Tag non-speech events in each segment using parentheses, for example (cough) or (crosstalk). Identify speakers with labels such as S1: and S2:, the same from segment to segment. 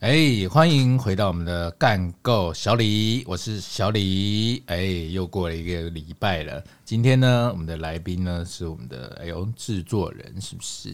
S1: 哎，欢迎回到我们的干够小李，我是小李。哎，又过了一个礼拜了，今天呢，我们的来宾呢是我们的哎呦制作人，是不是？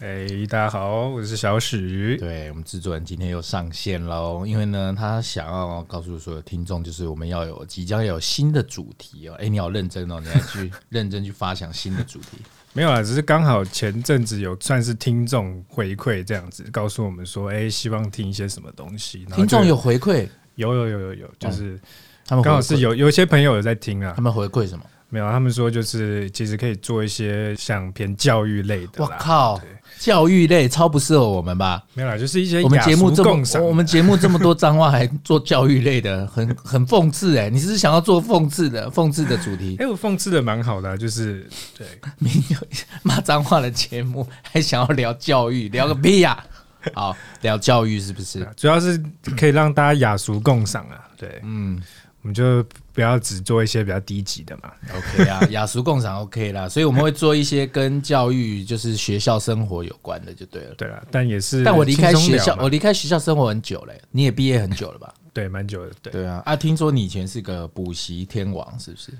S2: 哎、大家好，我是小许。
S1: 对我们制作人今天又上线喽，因为呢，他想要告诉所有听众，就是我们要有即将要有新的主题哦。哎，你好认真哦，你要
S2: (laughs)
S1: 去认真去发想新的主题。
S2: 没有啦，啊只是刚好前阵子有算是听众回馈这样子，告诉我们说，哎、希望 (laughs) 听一些什么东西。然后
S1: 听众
S2: 就
S1: 有哦回馈，
S2: 有有有有有，就是
S1: 他们回馈
S2: 刚好是有有一些朋友有在听啊
S1: 他，们回馈什么？
S2: 没有，啊他们说就是其实可以做一些像偏教育类的
S1: 我
S2: 啦。
S1: 靠
S2: 对，
S1: 教育类超不适合我们吧？
S2: 没有啦，就是一些
S1: 我们
S2: 雅俗
S1: 节目这么
S2: 共赏，
S1: 我们节目这么多脏话，还做教育类的，很 (laughs) 很讽刺哎、你是不是想要做讽刺的讽刺的主题
S2: 哎、，我讽刺的蛮好的啊、就是对，
S1: 明有骂脏话的节目，还想要聊教育，聊个屁呀、好，聊教育是不是？
S2: 主要是可以让大家雅俗共赏啊。对，
S1: 嗯
S2: 我们就不要只做一些比较低级的嘛。
S1: ，OK 啊，雅俗共赏 OK 啦，所以我们会做一些跟教育，就是学校生活有关的，就对了。
S2: 对啦，但也是
S1: 但我离开
S2: 轻松
S1: 学
S2: 聊
S1: 校，哦
S2: 嘛
S1: 我离开学校生活很久嘞、你也毕业很久了吧？
S2: 对，蛮久的，对，
S1: 对啊，啊，听说你以前是个补习天王，是不是？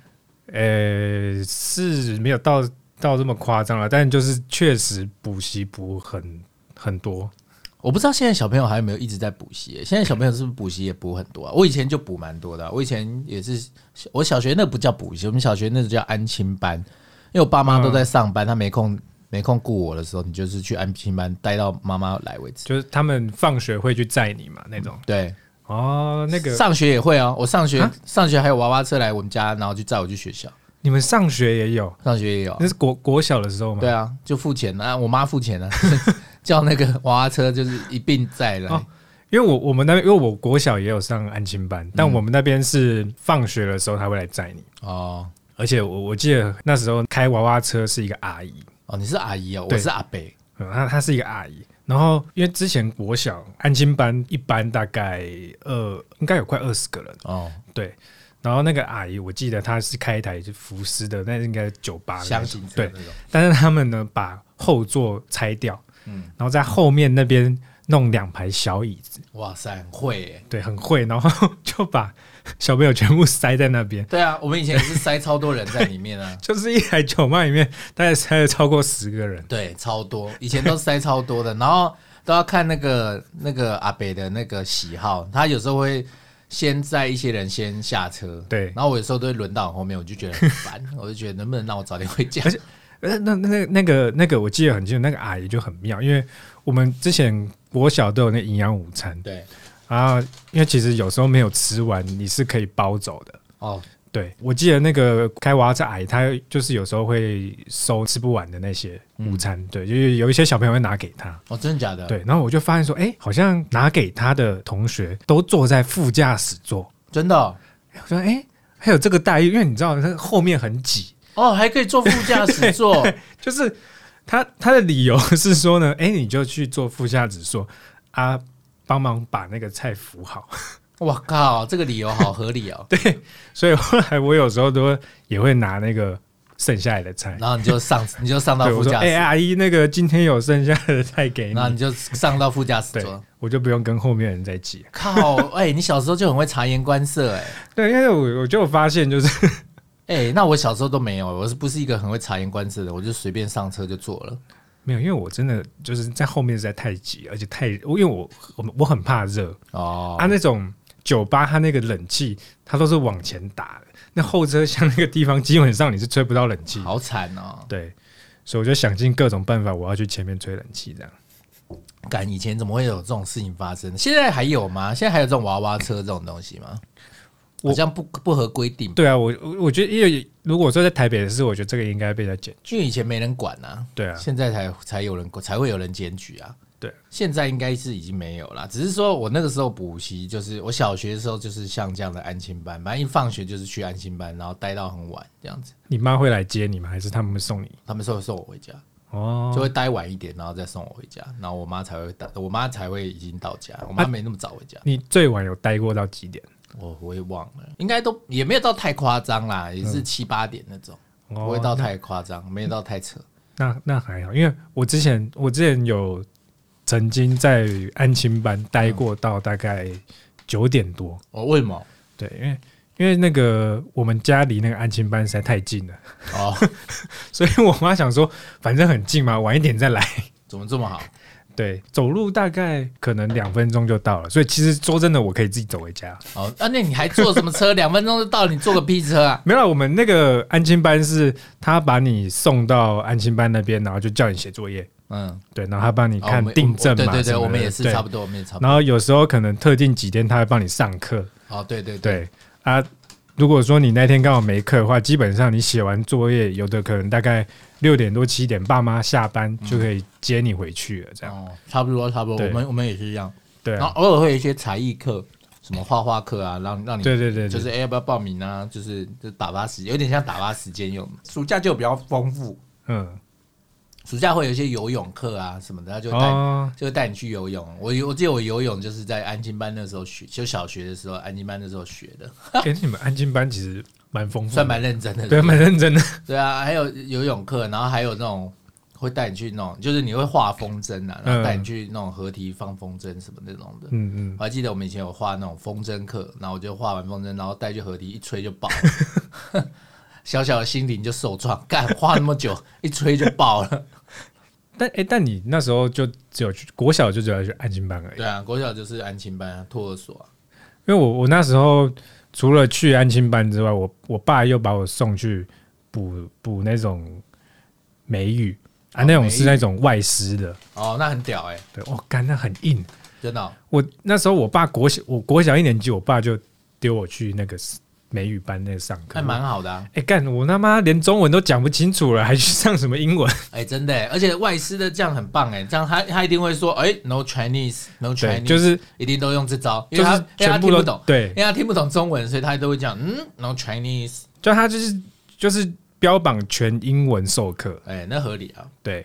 S2: 呃，是没有到到这么夸张了，但就是确实补习补很很多，
S1: 我不知道现在小朋友还有没有一直在补习耶、现在小朋友是不是补习也补很多啊？我以前就补蛮多的啊、我以前也是，我小学那不叫补习，我们小学那叫安亲班，因为我爸妈都在上班，他没空没空顾我的时候，你就是去安亲班待到妈妈来为止。
S2: 就是他们放学会去载你嘛那种。
S1: 对，
S2: 哦，那个
S1: 上学也会哦，我上学、
S2: 啊
S1: 上学还有娃娃车来我们家，然后就载我去学校，
S2: 你们上学也有，
S1: 上学也有啊
S2: 那。是国国小的时候吗？
S1: 对啊，就付钱啊，我妈付钱
S2: (laughs)
S1: 啊，就是叫那个娃娃车就是一并载来。
S2: 哦因为我我们那边，因为我国小也有上安亲班，
S1: 嗯
S2: 但我们那边是放学的时候他会来载你，
S1: 哦
S2: 而且我我记得那时候开娃娃车是一个阿姨，
S1: 哦，你是阿姨哦，我
S2: 对
S1: 是阿伯。
S2: 嗯，她她是一个阿姨。然后因为之前国小安亲班一般大概二，应该有快二十个人，
S1: 哦，
S2: 对。然后那个阿姨，我记得她是开一台就福斯的，那应该酒吧
S1: 箱型车
S2: 对
S1: 那。种。
S2: 但是他们呢，把后座拆掉，
S1: 嗯
S2: 然后在后面那边弄两排小椅子，
S1: 哇塞，很会耶！
S2: 对，很会。然后 (laughs) 就把小朋友全部塞在那边，，
S1: 对啊，我们以前也是塞超多人在里面啊
S2: (laughs) 就是一台酒吧里面大概塞了超过十个人。
S1: 对，超多，以前都塞超多的，然后都要看那个那个阿北的那个喜好，他有时候会。先载一些人先下车，
S2: 对
S1: 然后我有时候都会轮到我后面，我就觉得很烦，我就觉得能不能让我早点回家
S2: 而？且呃，那那那那个那个，我记得很清楚，那个阿姨就很妙，因为我们之前国小都有那营养午餐，
S1: (laughs) 对，
S2: 啊，因为其实有时候没有吃完，你是可以包走的。
S1: 哦，
S2: 对，我记得那个开娃娃车阿姨，她就是有时候会收吃不完的那些午餐，对，就是有一些小朋友会拿给她。
S1: 哦，真的假的？，
S2: 对，然后我就发现说，哎、好像拿给她的同学都坐在副驾驶座。
S1: 真的哦，
S2: 我说，哎、还有这个待遇，因为你知道，那后面很挤，
S1: 哦还可以坐副驾驶
S2: (laughs)
S1: 座，
S2: 就是他他的理由是说呢，哎、你就去做副驾驶座啊，帮忙把那个菜扶好。
S1: 我靠，这个理由好合理哦。对，
S2: 所以后来我有时候都也会拿那个剩下来的菜，
S1: 然后你就上，你就上到
S2: 对
S1: 副
S2: 我说，
S1: 驾
S2: 哎、
S1: 驶，
S2: 阿姨，那个今天有剩下的菜给
S1: 然后你
S2: 你，
S1: 就上到副驾驶
S2: 对
S1: 座，，
S2: 我就不用跟后面人在挤。
S1: 靠， (laughs) 哎、你小时候就很会察言观色、哎，
S2: 对，因为我我就有发现就是
S1: 哎、那我小时候都没有，我是不是一个很会察言观色的？我就随便上车就坐了。
S2: 没有，因为我真的就是在后面实在太挤，而且太，因为我我我很怕热，
S1: 哦，
S2: 啊，那种酒吧它那个冷气，它都是往前打的，那后车厢那个地方基本上你是吹不到冷气。
S1: 好惨哦！
S2: 对，所以我就想尽各种办法，我要去前面吹冷气这样。
S1: 感以前怎么会有这种事情发生？现在还有吗？现在还有这种娃娃车这种东西吗？
S2: 我
S1: 好像不不合规定，
S2: 对啊，我我我觉得，因为如果说在台北的事，我觉得这个应该被他检。
S1: 因为以前没人管啊，
S2: 对啊，
S1: 现在才才有人才会有人检举啊。
S2: 对，
S1: 现在应该是已经没有啦，只是说我那个时候补习，就是我小学的时候就是像这样的安亲班，反正一放学就是去安亲班，然后待到很晚这样子。
S2: 你妈会来接你吗？还是他们会送你？
S1: 他们说送我回家，就
S2: 哦，
S1: 会待晚一点，然后再送我回家，然后我妈才会到，我妈才会已经到
S2: 啊
S1: 家，我妈没那么早回家，
S2: 你最晚有待过到几点？
S1: 我我也忘了，应该都也没有到太夸张啦，也是七八点那种，不会
S2: 嗯哦，
S1: 到太夸张，没有到太扯。
S2: 那那还好，因为我之前我之前有曾经在安亲班待过到大概九点多，
S1: 哦，为什么？
S2: 对，因为因为那个我们家离那个安亲班实在太近了，
S1: 哦， (laughs)
S2: 所以我妈想说反正很近嘛，晚一点再来。
S1: 怎么这么好？
S2: 对，走路大概可能两分钟就到了，所以其实说真的，我可以自己走回家。
S1: 哦，啊，那你还坐什么车？两分钟就到，你坐个屁车啊！
S2: 没有啦，我们那个安亲班是他把你送到安亲班那边，然后就叫你写作业，
S1: 嗯，
S2: 对，然后他帮你
S1: 你
S2: 看订正嘛、
S1: 对对
S2: 什
S1: 对，
S2: 么的
S1: 我们也是
S2: 对
S1: 差不多，我们也差不多。
S2: 然后有时候可能特定几天他会帮你上课，
S1: 哦，对对对，
S2: 对啊。如果说你那天刚好没课的话，基本上你写完作业，有的可能大概六点多七点，爸妈下班就可以接你回去了，这样、
S1: 嗯哦，差不多差不多，
S2: 对
S1: 我们我们也是这样。
S2: 对
S1: 然后
S2: 啊，
S1: 偶尔会有一些才艺课，什么画画课啊，让让你
S2: 对对对，对
S1: 就是哎、要不要报名啊？就是就打发时间，有点像打发时间用。暑假就比较丰富，
S2: 嗯
S1: 暑假会有一些游泳课啊什么的，他就带、 (laughs)
S2: 哦
S1: 就带你去游泳。我我记得我游泳就是在安亲班那时候学，就小学的时候安亲班那时候学的，
S2: 哎、你们安静班其实蛮丰富的，
S1: 算蛮认真的。
S2: (laughs) 对，蛮认真的。 (laughs)
S1: 对啊，还有游泳课，然后还有那种会带你去那种，就是你会画风筝啊，然后带你去那种河堤放风筝什么那种的。
S2: 嗯嗯，
S1: 我还记得我们以前有画那种风筝课，然后我就画完风筝，然后带去河堤一吹就爆了 (laughs) 小小的心灵就受创，干画那么久，一吹就爆
S2: (laughs)
S1: 了。
S2: 但哎、但你那时候就只有去国小就只有去安静班而已，
S1: 对啊，国小就是安亲班、啊、托儿所、啊，
S2: 因为我我那时候除了去安亲班之外，我我爸又把我送去补补那种美语啊，
S1: 哦
S2: 那
S1: 美
S2: 种
S1: 语
S2: 是那种外师的，
S1: 哦，那很屌哎、
S2: 对，我、哦、干那很硬。
S1: 真的哦、
S2: 我那时候我爸国小我国小一年级，我爸就丢我去那个美语班那个上课，
S1: 还蛮好的、啊，
S2: 哎干、我他妈连中文都讲不清楚了，还去上什么英文？
S1: 哎、真的、欸，而且外师的这样很棒哎、这样他他一定会说，哎、n o Chinese，No
S2: 对，
S1: Chinese，
S2: 就是
S1: 一定都用这招，因
S2: 就
S1: 为他
S2: 是
S1: 因为他
S2: 全部
S1: 听不
S2: 都
S1: 懂，
S2: 对
S1: 因，为他听不懂中文，所以他都会讲嗯，no Chinese，
S2: 就他就是就是标榜全英文授课，
S1: 哎、那合理啊
S2: 对，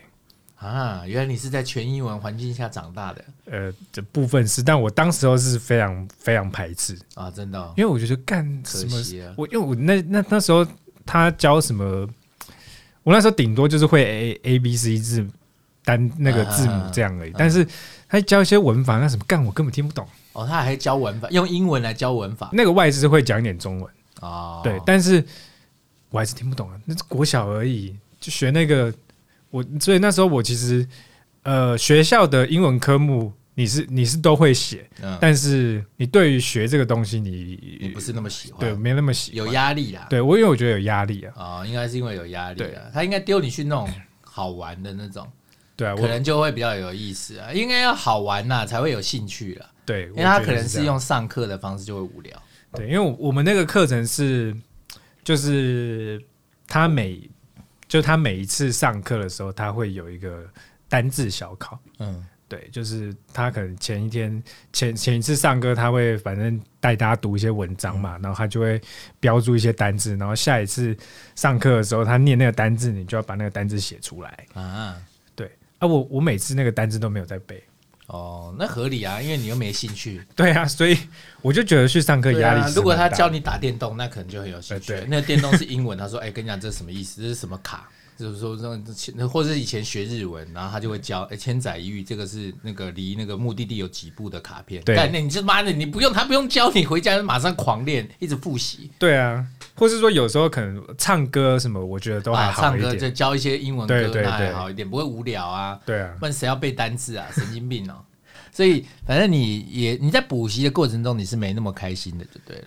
S1: 啊！原来你是在全英文环境下长大的
S2: 呃，这部分是，但我当时候是非常非常排斥，
S1: 啊，真的哦、
S2: 因为我觉得干什
S1: 可
S2: 么，
S1: 惜啊，
S2: 我因为我那那那时候他教什么，我那时候顶多就是会 A A B C 字单那个字
S1: 啊
S2: 母这样而已，但是他教一些文法那什么干我根本听不懂，
S1: 哦，他还教文法，用英文来教文法
S2: 那个外资会讲一点中文，
S1: 哦，
S2: 对，但是我还是听不懂啊，那是国小而已，就学那个我，所以那时候我其实呃学校的英文科目你是你是都会写。
S1: 嗯，
S2: 但是你对于学这个东西你，
S1: 你不是那么喜欢，
S2: 对没那么喜欢
S1: 有压力啦，
S2: 对我因为我觉得有压力啊，
S1: 哦，应该是因为有压力
S2: 对
S1: 啊，他应该丢你去那种好玩的那种，
S2: 对啊，
S1: 可
S2: 我
S1: 能就会比较有意思啊，应该要好玩呐、才会有兴趣啦，
S2: 对，
S1: 因
S2: 因
S1: 为他可能是用上课的方式就会无聊，
S2: 对，因为我我们那个课程是就是他每就他每一次上课的时候，他会有一个单字小考，
S1: 嗯。
S2: 对，就是他可能前一天前前一次上课，他会反正带大家读一些文章嘛，然后他就会标注一些单字，然后下一次上课的时候，他念那个单字，你就要把那个单字写出来。
S1: 啊，
S2: 对啊，我我每次那个单字都没有在背。
S1: 哦，那合理啊，因为你又没兴趣。
S2: 对啊，所以我就觉得去上课
S1: 对
S2: 压力、
S1: 啊，如果他教，你打电动，那可能就很有兴趣
S2: 呃。对
S1: 那个电动是英文，他说：“哎、跟你讲这是什么意思？这是什么卡？”就是说这种，或者是以前学日文，然后他就会教：“哎、千载一遇，这个是那个离那个目的地有几步的卡片。”
S2: 对
S1: 干那你就妈的，你不用他不用教你，回家马上狂练，一直复习。
S2: 对啊，或是说有时候可能唱歌什么，我觉得都还
S1: 啊，
S2: 好
S1: 唱
S2: 一
S1: 歌
S2: 点。
S1: 就教一些英文歌，
S2: 对对
S1: 那还
S2: 对
S1: 好一点，不会无聊啊。
S2: 对啊，
S1: 不然谁要背单字啊？神经病哦、所以反正你也你在补习的过程中，你是没那么开心的，就对了。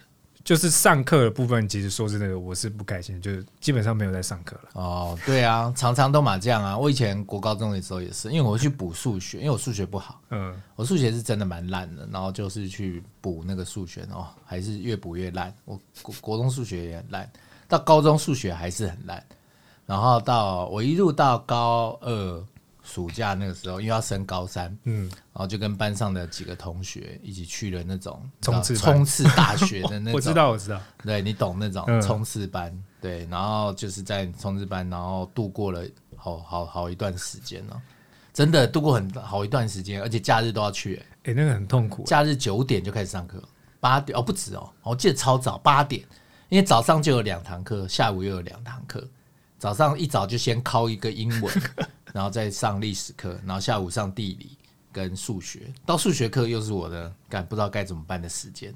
S2: 就是上课的部分，其实说真的，我是不开心，就是基本上没有在上课了。
S1: 哦，对啊，常常都嘛这样啊。我以前国高中的时候也是，因为我会去补数学，因为我数学不好，
S2: 嗯，
S1: 我数学是真的蛮烂的，然后就是去补那个数学，哦，还是越补越烂。我国国中数学也很烂，到高中数学还是很烂，然后到我一路到高二暑假那个时候，因为要升高三，
S2: 嗯，
S1: 然后就跟班上的几个同学一起去了那种
S2: 冲刺班
S1: 冲刺大学的那种，
S2: (laughs) 我知道，我知道，
S1: 对你懂那种
S2: 嗯
S1: 冲刺班，对，然后就是在冲刺班，然后度过了好好好一段时间哦、真的度过很好一段时间，而且假日都要去、欸
S2: 哎、那个很痛苦、
S1: 假日九点就开始上课，八点哦不止哦，我记得超早八点，因为早上就有两堂课，下午又有两堂课，早
S2: (laughs)
S1: 上一早就先敲一个英文，然后再上历史课，然后下午上地理。跟数学，到数学课又是我的干不知道该怎么办的时间。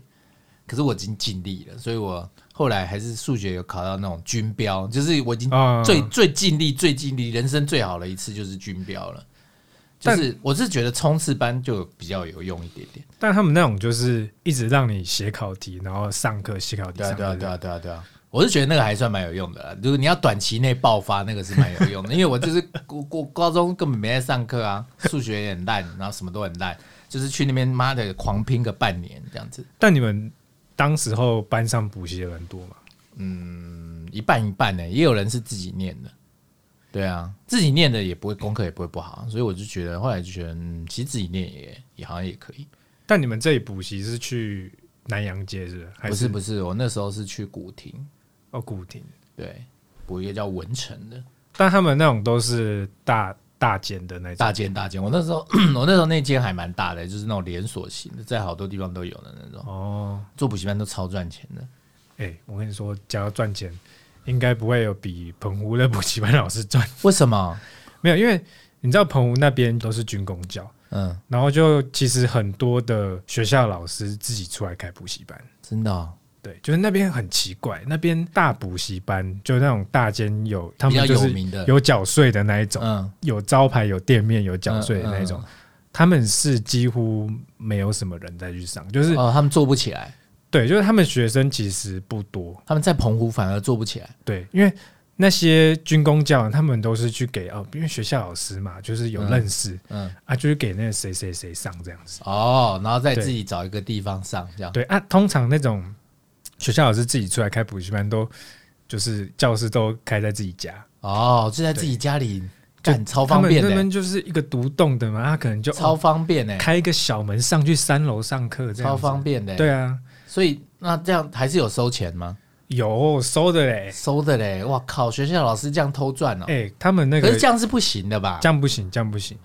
S1: 可是我已经尽力了，所以我后来还是数学有考到那种军标，就是我已经
S2: 啊
S1: 最、最尽力、最尽力，人生最好的一次就是军标了。就
S2: 但
S1: 是我是觉得冲刺班就比较有用一点点。
S2: 但他们那种就是一直让你写考题，然后上课写考题，
S1: 对啊，
S2: 上课
S1: 对啊，
S2: 写
S1: 对啊，对啊，对啊。我是觉得那个还算蛮有用的啦，就是你要短期内爆发，那个是蛮有用的。因为 (laughs) 我就是我我高中根本没在上课啊，数学也很烂，然后什么都很烂，就是去那边妈的狂拼个半年这样子，
S2: 但你们当时候班上补习的人多嘛？
S1: 嗯，一半一半呢、也有人是自己念的，对啊，自己念的也不会功课也不会不好，啊所以我就觉得后来就觉得，嗯，其实自己念也也好像也可以。
S2: 但你们这里补习是去南洋街是不是？还
S1: 不是
S2: 是
S1: 不是，我那时候是去古亭，
S2: 哦古亭？
S1: 对，补一个叫文成的。
S2: 但他们那种都是大大间的那种，
S1: 大间大间，我那时候 (clears throat) 我那时候那间还蛮大的，就是那种连锁型的，在好多地方都有的那种。
S2: 哦，
S1: 做补习班都超赚钱的，
S2: 哎、我跟你说，假如赚钱，应该不会有比澎湖的补习班老师赚。
S1: 为什么？
S2: 没有，因为你知道澎湖那边都是军工教，
S1: 嗯，
S2: 然后就其实很多的学校老师自己出来开补习班。
S1: 真的哦、
S2: 对，就是那边很奇怪，那边大补习班就那种大间有，他
S1: 比较
S2: 们就
S1: 有
S2: 是
S1: 名的，
S2: 有缴税的那一种，
S1: 嗯，
S2: 有招牌、有店面、有缴税的那一
S1: 嗯
S2: 种
S1: 嗯，
S2: 他们是几乎没有什么人再去上，就是
S1: 哦，他们做不起来，
S2: 对，就是他们学生其实不多，
S1: 他们在澎湖反而做不起来。
S2: 对，因为那些军工教他们都是去给哦，因为学校老师嘛，就是有
S1: 嗯
S2: 认识
S1: 嗯，
S2: 啊，就是给那个谁谁谁上这样子，
S1: 哦，然后再
S2: 对
S1: 自己找一个地方上，这样
S2: 对啊，通常那种学校老师自己出来开补习班都。就是教室都开在自己家，
S1: 哦，就在自己家里
S2: 就
S1: 干，超
S2: 他
S1: 方
S2: 们
S1: 便
S2: 那
S1: 的、
S2: 边就是一个独栋的嘛，他可能就、
S1: 超
S2: 哦
S1: 方便的、
S2: 开一个小门上去三楼上课，这样
S1: 超
S2: 子
S1: 方。便的、
S2: 对，啊，
S1: 所以那这样还是有收钱吗？
S2: 有收的嘞。
S1: 收的嘞，哇靠，学校老师这样偷赚哦、
S2: 哎、他们那
S1: 可
S2: 个
S1: 是这样是不行的吧？
S2: 这样不行，这样不行。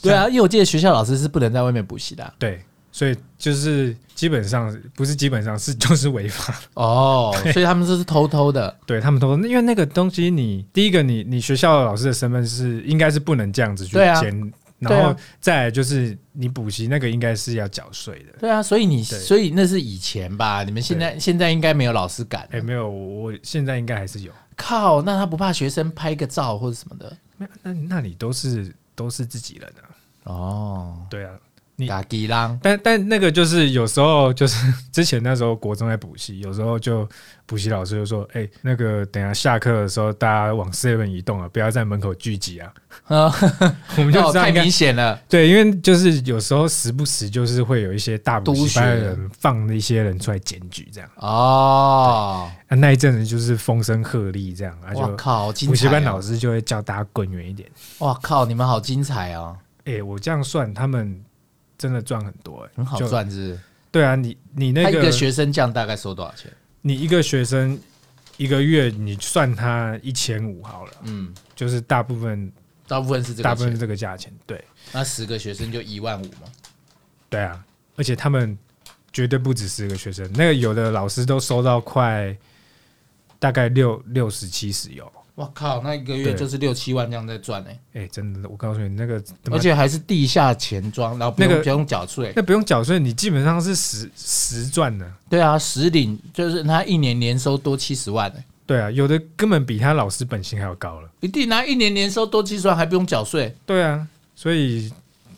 S1: 对啊，因为我记得学校老师是不能在外面补习的啊、
S2: 对，所以就是基本上不是基本上是就是违法。
S1: (laughs) 哦，所以他们这是偷偷的
S2: 对他们都因为那个东西你，第一个你你学校老师的身份是应该是不能这样子去
S1: 对啊
S2: 兼，
S1: 对
S2: 然
S1: 啊
S2: 后再来就是你补习那个应该是要缴税的。
S1: 对啊，所以你
S2: 对
S1: 所以那是以前吧，你们现在现在应该没有老师敢
S2: 哎、
S1: 了。
S2: 没有，我我现在应该还是有。
S1: 靠，那他不怕学生拍个照或者什么的？
S2: 没有那那你都是都是自己人啊？
S1: 哦，
S2: 对啊，你
S1: 打鸡浪，
S2: 但但那个就是有时候就是 (laughs) 之前那时候国中在补习，有时候就补习老师就说：“哎、那个等一下下课的时候，大家往 seven 移动啊，不要在门口聚集啊。
S1: 哦，” (laughs)
S2: 我们就知道
S1: 太
S2: 应该
S1: 明显了。
S2: 对，因为就是有时候时不时就是会有一些大补习班的
S1: 督
S2: 人放一些人出来检举这样，
S1: 哦，
S2: 啊、那一阵子就是风声鹤唳这样，啊
S1: 我
S2: 就
S1: 靠，好精
S2: 补习
S1: 彩
S2: 班
S1: 哦！
S2: 老师就会叫大家滚远一点。
S1: 哇靠，你们好精彩哦，
S2: 哎、我这样算，他们真的赚很多、哎，
S1: 很好
S2: 就。
S1: 赚是
S2: 对啊，你你
S1: 不是？他
S2: 那
S1: 一
S2: 个
S1: 个学生这样大概收多少钱？
S2: 你一个学生一个月，你算他一千五好了，
S1: 嗯，
S2: 就是大部分
S1: 大部分是这
S2: 大
S1: 个
S2: 部分是
S1: 钱，
S2: 这个价钱，对
S1: 那十个学生就一万五嘛。
S2: 对啊，而且他们绝对不止十个学生，那个有的老师都收到快大概六六十七十有，
S1: 我靠，那一个月
S2: 对
S1: 就是六七万这样在赚哎、
S2: 哎、真的，我告诉你，那个他妈
S1: 而且还是地下钱庄，然后不用、
S2: 那个
S1: 不用缴税。
S2: 那不用缴税，你基本上是实实赚的，
S1: 对啊，实领就是他一年年收多七十万、欸，
S2: 对啊，有的根本比他老师本薪还要高了，
S1: 一定拿一年年收多七十万还不用缴税。
S2: 对啊，所以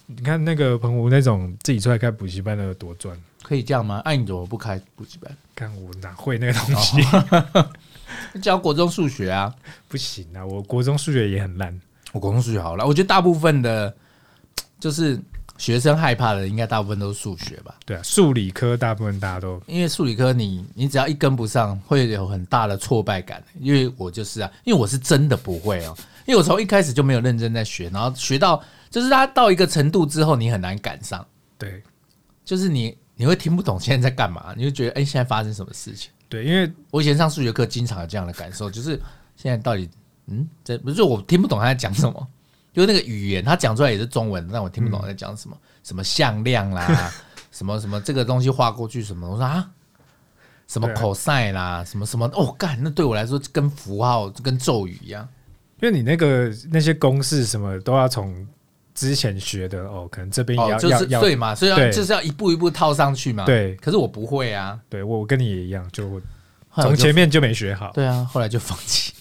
S2: 你看那个澎湖那种自己出来开补习班的有多赚。
S1: 可以这样吗？哎、你怎么不开补习班？
S2: 看我哪会那个东西？
S1: 哦教国中数学啊，
S2: (laughs) 不行啊，我国中数学也很烂。
S1: 我国中数学好了，我觉得大部分的，就是学生害怕的，应该大部分都是数学吧，
S2: 对啊，数理科大部分大家都
S1: 因为数理科你你只要一跟不上，会有很大的挫败感。因为我就是啊，因为我是真的不会哦、因为我从一开始就没有认真在学，然后学到就是它到一个程度之后，你很难赶上。
S2: 对
S1: 就是你你会听不懂现在在干嘛，你就觉得哎、诶现在发生什么事情？
S2: 对，因为
S1: 我以前上数学课经常有这样的感受，就是现在到底嗯，这不是我听不懂他在讲什么， (laughs) 就是那个语言他讲出来也是中文，但我听不懂他在讲什么，
S2: 嗯
S1: 什么向量啦，
S2: (laughs)
S1: 什么什么这个东西画过去什么，我说啊。什么
S2: 对啊
S1: cosine 啦，什么什么哦，干，那对我来说跟符号、跟咒语一样。
S2: 因为你那个那些公式什么都要从之前学的哦，可能这边也
S1: 哦
S2: 要，
S1: 就
S2: 要
S1: 是
S2: 要
S1: 对嘛，所以要
S2: 对
S1: 就是要一步一步套上去嘛。
S2: 对
S1: 可是我不会啊，
S2: 对我我跟你也一样，就
S1: 后来我
S2: 从
S1: 就
S2: 前面就没学好。
S1: 对啊，后来就放弃。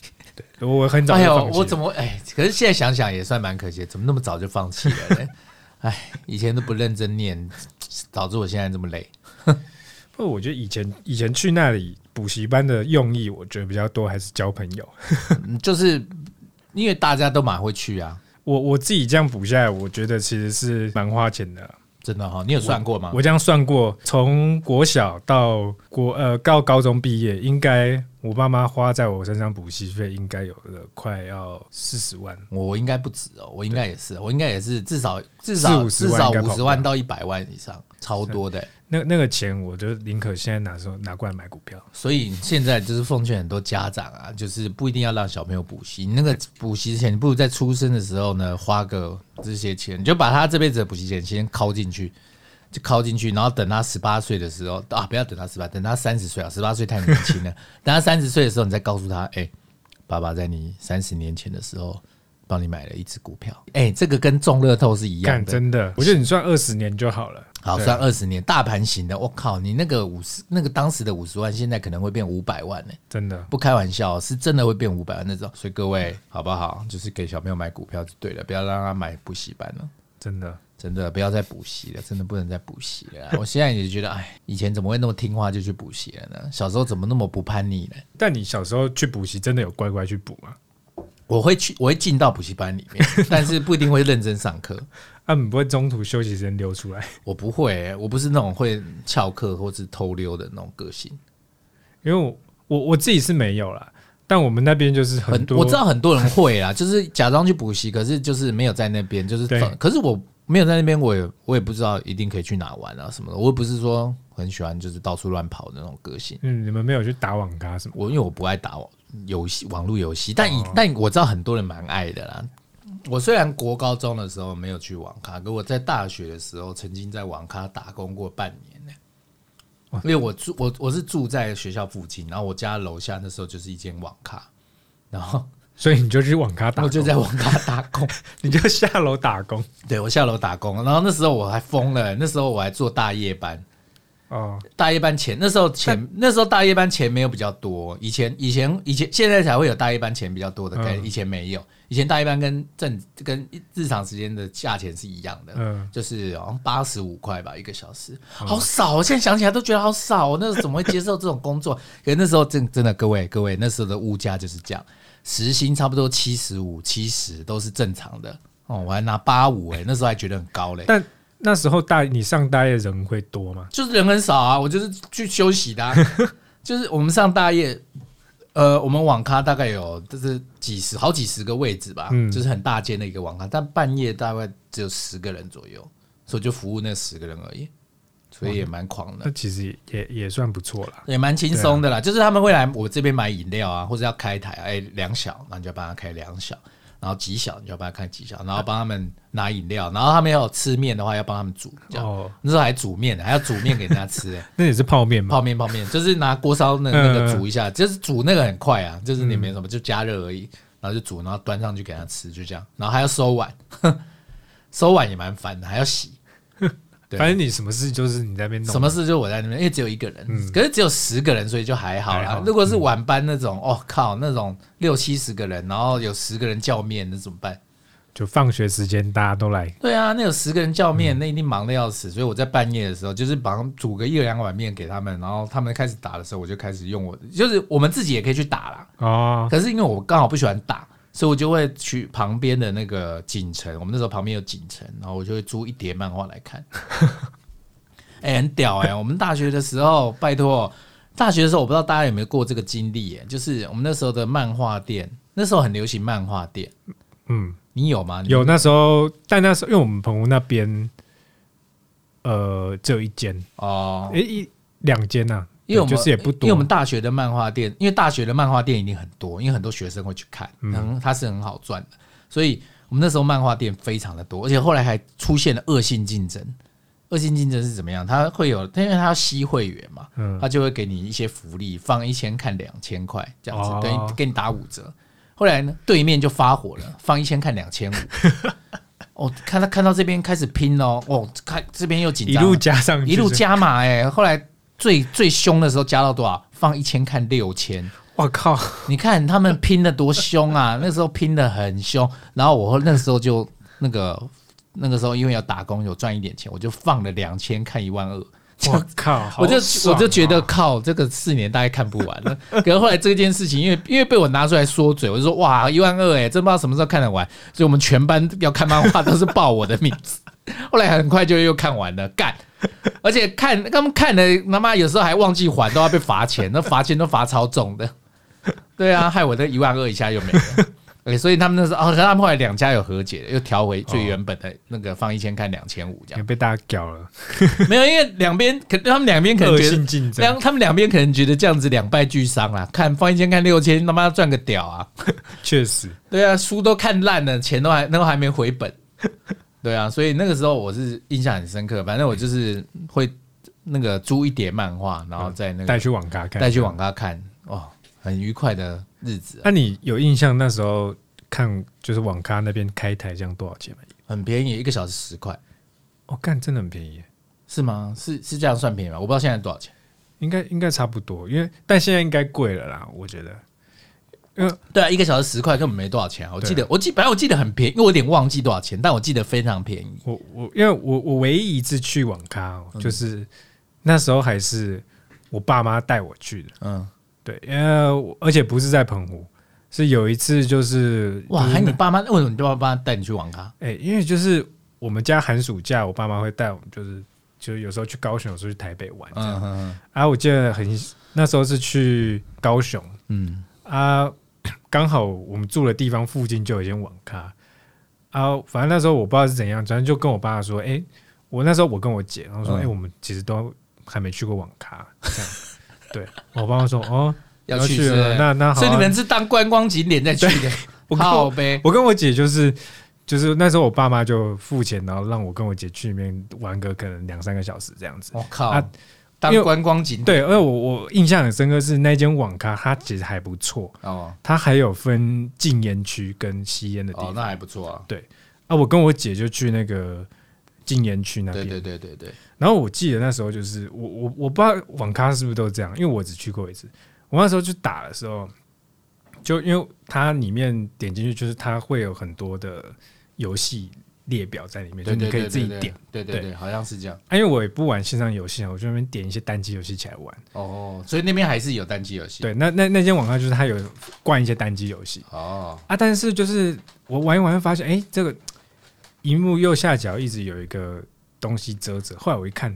S2: 我很早
S1: 哎
S2: 就
S1: 呦
S2: 放，弃
S1: 我怎
S2: 了
S1: 么哎？可是现在想想也算蛮可惜的，怎么那么早就放弃了 (laughs) 呢？哎，以前都不认真念，导致我现在这么累。
S2: 不，我觉得以前以前去那里补习班的用意，我觉得比较多还是交朋友。
S1: 嗯就是因为大家都蛮会去啊，
S2: 我我自己这样补下来，我觉得其实是蛮花钱的。
S1: 真的哈、你有算过吗？
S2: 我这样算过，从国小到国呃到高中毕业，应该我爸妈花在我身上补习费，应该有了快要四十万。
S1: 我应该不止哦，我应该也是，我应该也是至少至
S2: 四
S1: 少
S2: 五十
S1: 至
S2: 万
S1: 少
S2: 应该跑不
S1: 五
S2: 掉
S1: 十万到一百万以上，超多的欸、
S2: 那那个钱，我就宁可现在拿出拿过来买股票。
S1: 所以现在就是奉劝很多家长啊，就是不一定要让小朋友补习，你那个补习钱，你不如在出生的时候呢，花个这些钱，你就把他这辈子的补习钱先拷进去。就拷进去，然后等他十八岁的时候啊，不要等他十八，等他三十岁啊，十八岁太年轻了。 (laughs) 等他三十岁的时候，你再告诉他，哎、爸爸在你三十年前的时候帮你买了一只股票，哎、这个跟中乐透是一样
S2: 看，
S1: 的，
S2: 真的，我觉得你算二十年就好了。
S1: 好
S2: 对
S1: 算二十年大盘型的，我靠，你那个五十，那个当时的五十万，现在可能会变五百万呢、
S2: 真的，
S1: 不开玩笑，是真的会变五百万那种。所以各位好不好？就是给小朋友买股票就对了，不要让他买补习班了。
S2: 真的，
S1: 真的不要再补习了，真的不能再补习了。我现在也觉得，哎，以前怎么会那么听话就去补习了呢？小时候怎么那么不叛逆呢？
S2: 但你小时候去补习，真的有乖乖去补吗？
S1: 我会去，我会进到补习班里面，但是不一定会认真上课。
S2: 啊，你不会中途休息时间溜出来？ (laughs)
S1: 我不会欸、我不是那种会翘课或是偷溜的那种个性。
S2: 因为我我我自己是没有啦，但我们那边就是很
S1: 很
S2: 多，
S1: 我知道很多人会啦， (laughs) 就是假装去补习，可是就是没有在那边，就是
S2: 对
S1: 可是我没有在那边，我也我也不知道一定可以去哪玩啊什么的，我又不是说很喜欢就是到处乱跑的那种个性。
S2: 嗯，你们没有去打网咖什么？
S1: 我因为我不爱打网游戏网络游戏，但以、
S2: 哦
S1: 但我知道很多人蛮爱的啦。我虽然国高中的时候没有去网咖，可我在大学的时候曾经在网咖打工过半年呢、因为我住我我是住在学校附近，然后我家楼下那时候就是一间网咖，然后
S2: 所以你就去网咖打工，
S1: 我就在网咖打工，
S2: 你就下楼打工
S1: (laughs) 对我下楼打工，然后那时候我还疯了，那时候我还做大夜班，
S2: 哦。
S1: 大夜班钱那时候钱那时候大夜班钱没有比较多，以前以前以前现在才会有大夜班钱比较多的概念，
S2: 嗯
S1: 以前没有，以前大夜班跟正跟日常时间的价钱是一样的，
S2: 嗯
S1: 就是好像八十五块吧一个小时，好少、哦，现在想起来都觉得好少、哦，那时候怎么会接受这种工作？ (laughs) 可是那时候真真的各位各位那时候的物价就是这样，时薪差不多七十五七十都是正常的。哦，我还拿八五哎，那时候还觉得很高嘞。
S2: 但那时候大你上大夜人会多吗？
S1: 就是人很少啊，我就是去休息
S2: (laughs)
S1: 的、啊，就是我们上大夜，呃，我们网咖大概有就是几十好几十个位置吧，
S2: 嗯
S1: 就是很大间的一个网咖，但半夜大概只有十个人左右，所以就服务那十个人而已，所以也蛮狂的
S2: 那。其实也也也算不错啦。
S1: 也蛮轻松的
S2: 啊
S1: 啦，就是他们会来我这边买饮料啊，或者要开台，哎、两小，然后你就帮他开两小，然后几小你就帮他开几小，然后帮他们拿饮料，然后他们要有吃面的话要帮他们煮，这样、
S2: 哦，
S1: 那时候还煮面呢，还要煮面给人家吃、哎
S2: 那也是泡面吗？
S1: 泡面泡面，就是拿锅烧那那个煮一
S2: 嗯
S1: 下，就是煮那个很快啊，就是你没什么，就加热而已，然后就煮，然后端上去给他吃，就这样，然后还要收碗， (laughs) 收碗也蛮烦的，还要洗，对
S2: 反正你什么事就是你在那边弄。嗯
S1: 什么事就我在那边，因为只有一个人，可是只有十个人，所以就还好
S2: 还
S1: 啦
S2: 好。嗯
S1: 如果是晚班那种，哦靠，那种六七十个人，然后有十个人叫面，那怎么办？
S2: 就放学时间大家都来，
S1: 对啊，那有十个人叫
S2: 嗯
S1: 面，那一定忙得要死。所以我在半夜的时候，就是忙煮个一两碗面给他们，然后他们开始打的时候，我就开始用我，就是我们自己也可以去打啦。
S2: 哦，
S1: 可是因为我刚好不喜欢打，所以我就会去旁边的那个锦城，我们那时候旁边有锦城，然后我就会租一叠漫画来
S2: (laughs)
S1: 看。哎、很屌哎、我们大学的时候，拜托，大学的时候我不知道大家有没有过这个经历哎、就是我们那时候的漫画店，那时候很流行漫画店，
S2: 嗯，
S1: 你有吗？你
S2: 有那时候，但那时候因为我们澎湖那边，呃，只有一间，
S1: 哦。
S2: 诶、一两间呐，
S1: 因为我
S2: 对
S1: 们
S2: 就是也不
S1: 因
S2: 多，
S1: 为我们大学的漫画店，因为大学的漫画店一定很多，因为很多学生会去看，嗯，它是很好赚的，所以我们那时候漫画店非常的多，而且后来还出现了恶性竞争。恶性竞争是怎么样？它会有，因为它要吸会员嘛，
S2: 嗯
S1: 它就会给你一些福利，放一千看两千块这样子，
S2: 哦
S1: 等
S2: (laughs)
S1: 于给你打五折。后来呢，对面就发火了，放一千看两千五，哦，看他看到这边开始拼喽，哦，看这边又紧
S2: 一
S1: 张了，啊
S2: 路加 (laughs) 上去
S1: 一路
S2: 是，
S1: 加码哎、后来最最凶的时候加到多少？放一千看六千，
S2: 我靠，
S1: 你看他们拼的多凶啊！ (laughs) 那时候拼的很凶，然后我那时候就那个那个时候因为要打工有赚一点钱，我就放了两千看一万二。
S2: 我靠，好
S1: 我就
S2: 爽
S1: 我
S2: 啊
S1: 就觉得靠，这个四年大概看不完了。 (laughs) 可是后来这件事情，因为因为被我拿出来说嘴，我就说哇一万二哎，真不知道什么时候看得完。所以我们全班要看漫画都是报我的名字。 (laughs) 后来很快就又看完了，干，而且看他们看的他妈有时候还忘记还，都要被罚钱，那罚钱都罚超重的。对啊，害我这一万二一下又没了。 (laughs) 对，所以他们那时候，哦，可是他们后来两家有和解，又调回最原本的那个放一千看两千五这
S2: 也 (laughs)
S1: 样。
S2: 被大家屌了，
S1: 没有，因为两边可他们两边可能
S2: 恶
S1: 觉得
S2: 性 (laughs) 竞争
S1: 两他们两边可能觉得这样子两败俱伤啦，看放一千看六千，他妈赚个屌啊！
S2: 确实
S1: 对啊，书都看烂了，钱都还都还没回本，对啊，所以那个时候我是印象很深刻。反正我就是会那个租一叠漫画，然后在那
S2: 带
S1: 个
S2: 去网咖看，
S1: 带去。网咖看，哦，很愉快的日子啊、
S2: 那你有印象那时候看就是网咖那边开台这样多少钱吗？
S1: 很便宜，一个小时十块，
S2: 哦，干，真的很便宜耶，
S1: 是吗？是是这样算便宜吗？我不知道现在多少钱。
S2: 应该应该差不多，因为但现在应该贵了啦，我觉得。因为
S1: 对啊，一个小时十块根本没多少钱啊！我记
S2: 对
S1: 得，我记本来我记得很便宜，因为我有点忘记多少钱，但我记得非常便宜。
S2: 我我因为我我唯一一次去网咖哦、
S1: 嗯
S2: 就是那时候还是我爸妈带我去的，
S1: 嗯，
S2: 对，因为我而且不是在澎湖，是有一次就是
S1: 哇，
S2: 就是
S1: 还有你爸妈为什么你爸妈带你去网咖？
S2: 哎、因为就是我们家寒暑假，我爸妈会带我们，就是就是有时候去高雄，有时候去台北玩这样。
S1: 嗯嗯
S2: 啊，我记得很那时候是去高雄
S1: 嗯，
S2: 啊，刚好我们住的地方附近就有一间网咖啊，反正那时候我不知道是怎样，反正就跟我爸说，哎、我那时候我跟我姐，然后说，
S1: 嗯
S2: 哎、我们其实都还没去过网咖，这样。对，我爸妈说，哦，
S1: 要
S2: 要
S1: 去
S2: 去
S1: 是不是
S2: 了那那好啊
S1: 所以你们是当观光景点再去的，
S2: (laughs) 我跟
S1: 靠
S2: 我
S1: 呗。
S2: 我跟我姐就是就是那时候我爸妈就付钱，然后让我跟我姐去里面玩个可能两三个小时这样子。
S1: 我靠
S2: 啊，
S1: 当
S2: 因为
S1: 观光景点
S2: 对，而我我印象很深刻是那间网咖，它其实还不错，
S1: 哦
S2: 它还有分禁烟区跟吸烟的地
S1: 哦，
S2: 方。
S1: 那还不错啊。
S2: 啊，我跟我姐就去那个禁烟区那
S1: 对
S2: 边。
S1: 对对对对，
S2: 然后我记得那时候就是我我我不知道网咖是不是都这样，因为我只去过一次。我那时候去打的时候，就因为它里面点进去，就是它会有很多的游戏列表在里面，就
S1: 对
S2: 你
S1: 对
S2: 可以
S1: 对
S2: 自己
S1: 对
S2: 点。，
S1: 对对
S2: 对
S1: 对，好像是这样。
S2: 啊，因为我也不玩线上游戏啊，我就在那边点一些单机游戏起来玩。
S1: 哦，所以那边还是有单机游戏。
S2: 对，那那那间网咖就是它有灌一些单机游戏
S1: 哦，
S2: 啊，但是就是我玩一玩发现，哎、这个荧幕右下角一直有一个东西遮着，后来我一看，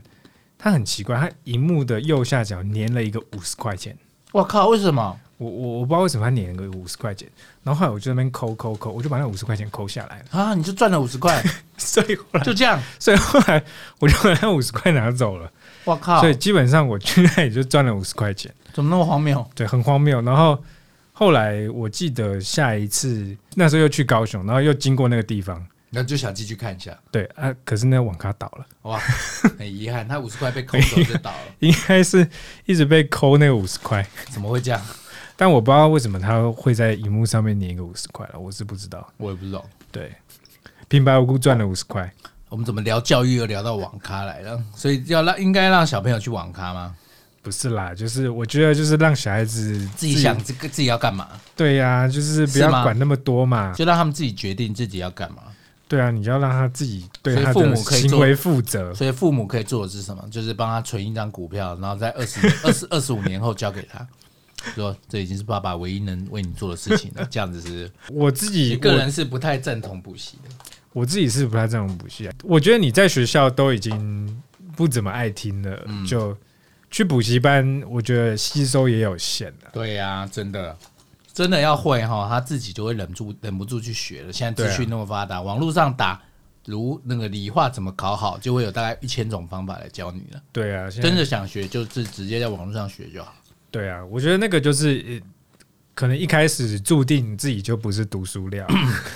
S2: 它很奇怪，它荧幕的右下角粘了一个五十块钱。
S1: 我靠，为什么？
S2: 我我我不知道为什么他粘了个五十块钱，然后后来我就在那边抠抠抠，我就把那五十块钱抠下来了， (laughs)
S1: 啊，你就赚了五十块，
S2: 所以后来
S1: 就这样。
S2: 所以后来我就把那五十块拿走了，
S1: 我靠
S2: 所，以基本上我去那里就赚了五十块钱，
S1: 怎么那么荒谬？
S2: 对，很荒谬。然后后来我记得下一次那时候又去高雄，然后又经过那个地方，
S1: 那就想进去看一下。
S2: 对啊，可是那个网咖倒了， (laughs)
S1: 哇，很遗憾，他五十块被扣走就倒了，
S2: 应该是一直被抠那个五十块，
S1: 怎么会这样？
S2: 但我不知道为什么他会在荧幕上面粘一个五十块了，我是不知道。
S1: 我也不懂。
S2: 对，平白无故赚了五十块。
S1: 我们怎么聊教育又聊到网咖来了？所以要让应该让小朋友去网咖吗？
S2: 不是啦，就是我觉得就是让小孩子
S1: 自己想啊这个自己要干嘛，
S2: 对呀、就是不
S1: 是
S2: 要
S1: 吗
S2: 管那么多嘛。
S1: 就让他们自己决定自己要干嘛。
S2: 对啊，你要让他自己对
S1: 所以
S2: 他
S1: 父母
S2: 的
S1: 可以做
S2: 行为负责。
S1: 所以父母可以做的是什么？就是帮他存一张股票，然后在二 (laughs) 十二十二十五年后交给他，说这已经是爸爸唯一能为你做的事 (laughs) 情了。这样子是，
S2: 我自己
S1: 你个人是不太赞同补习的。
S2: 我，我自己是不太这种补习啊。我觉得你在学校都已经不怎么爱听了，
S1: 嗯
S2: 就去补习班，我觉得吸收也有限啊的。
S1: 对呀、真的，真的要会哈，他自己就会忍住忍不住去学了。现在资讯那么发达，网络上打如那个理化怎么考好，就会有大概一千种方法来教你了。
S2: 对啊，现在
S1: 真的想学，就是直接在网络上学就好。
S2: 对啊，我觉得那个就是呃可能一开始注定自己就不是读
S1: (laughs)
S2: 书料，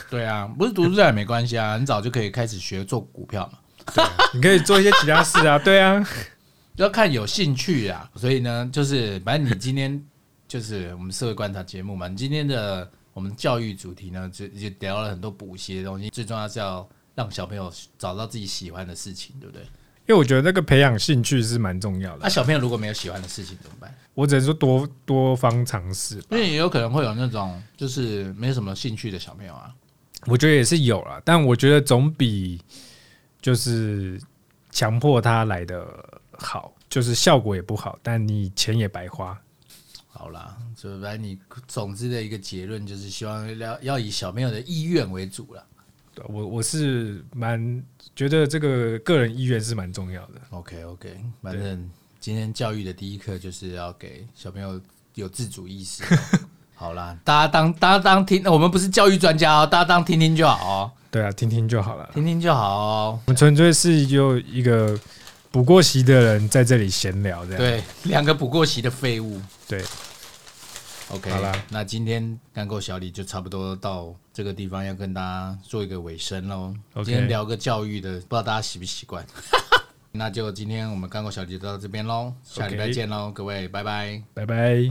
S1: 对啊，不是读书这也没关系啊，很早就可以开始学做股票嘛。
S2: 你可以做一些其他事啊。对啊，
S1: 要看有兴趣啊。所以呢，就是反正你今天就是我们社会观察节目嘛，你今天的我们教育主题呢，就也聊了很多补习的东西，最重要是要让小朋友找到自己喜欢的事情，对不对？
S2: 因为我觉得那个培养兴趣是蛮重要
S1: 那、
S2: 的，
S1: 小朋友如果没有喜欢的事情怎么办？
S2: 我只能说多多方尝试。
S1: 因为也有可能会有那种就是没什么兴趣的小朋友啊，
S2: 我觉得也是有了，但我觉得总比就是强迫他来的好，就是效果也不好，但你钱也白花。
S1: 好啦，就反正你总之的一个结论就是希望要要以小朋友的意愿为主啦。
S2: 对我我是蛮觉得这个个人意愿是蛮重要的。
S1: OK OK，反正今天教育的第一课就是要给小朋友有自主意识。哦 (laughs) 好啦，大家当大家当听，我们不是教育专家哦，大家当听听就好哦，
S2: 对啊，听听就好了。
S1: 听听就好哦。
S2: 我们纯粹是有一个补过习的人在这里闲聊这样。
S1: 对，两个不过席的废物。
S2: 对
S1: OK，
S2: 好啦
S1: 那今天干够小李就差不多到这个地方，要跟大家做一个尾声喽。
S2: OK
S1: 今天聊个教育的，不知道大家习不习
S2: (laughs)
S1: 惯。那就今天我们干够小李就到这边喽，下礼拜
S2: OK
S1: 见喽，各位，拜拜。
S2: 拜拜。